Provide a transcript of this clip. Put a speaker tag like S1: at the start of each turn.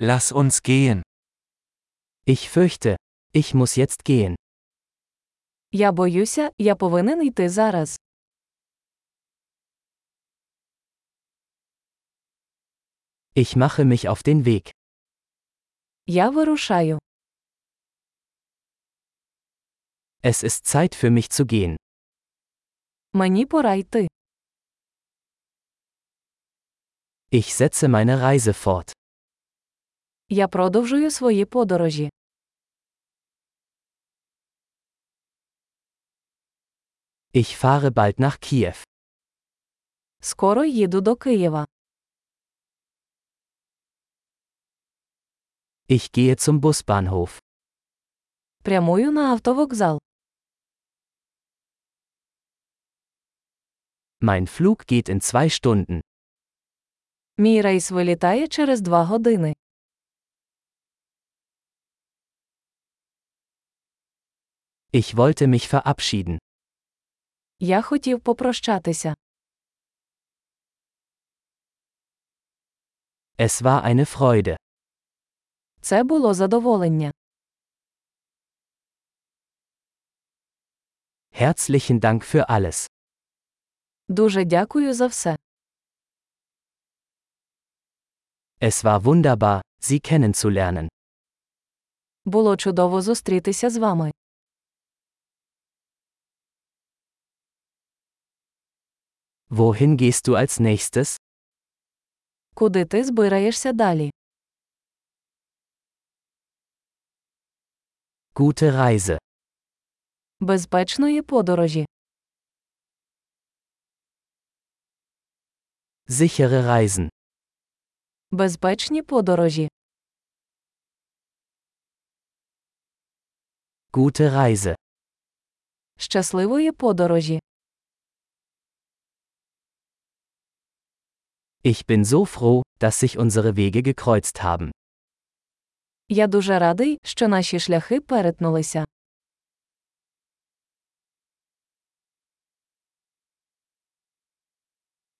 S1: Lass uns gehen.
S2: Ich fürchte, ich muss jetzt gehen.
S3: Я боюся, я повинен йти зараз.
S2: Ich mache mich auf den Weg.
S3: Я вирушаю.
S2: Es ist Zeit für mich zu gehen.
S3: Мені пора йти.
S2: Ich setze meine Reise fort.
S3: Я продовжую свої подорожі.
S2: Ich fahre bald nach Kiew.
S3: Скоро їду до Києва.
S2: Ich gehe zum Busbahnhof.
S3: Прямую на автовокзал.
S2: Mein Flug geht in zwei Stunden.
S3: Мій рейс вилітає через два години.
S2: Ich wollte mich verabschieden.
S3: Я хотів попрощатися.
S2: Es war eine Freude.
S3: Це було задоволення.
S2: Herzlichen Dank für alles.
S3: Дуже дякую за все.
S2: Es war wunderbar, Sie kennenzulernen.
S3: Було чудово зустрітися з вами.
S2: Wohin gehst du als nächstes?
S3: Куди ти збираєшся далі?
S2: Gute Reise.
S3: Безпечної подорожі.
S2: Sichere Reisen.
S3: Безпечні подорожі.
S2: Gute Reise.
S3: Щасливої подорожі.
S2: Ich bin so froh, dass sich unsere Wege gekreuzt haben.
S3: Я дуже радий, що наші шляхи перетнулися.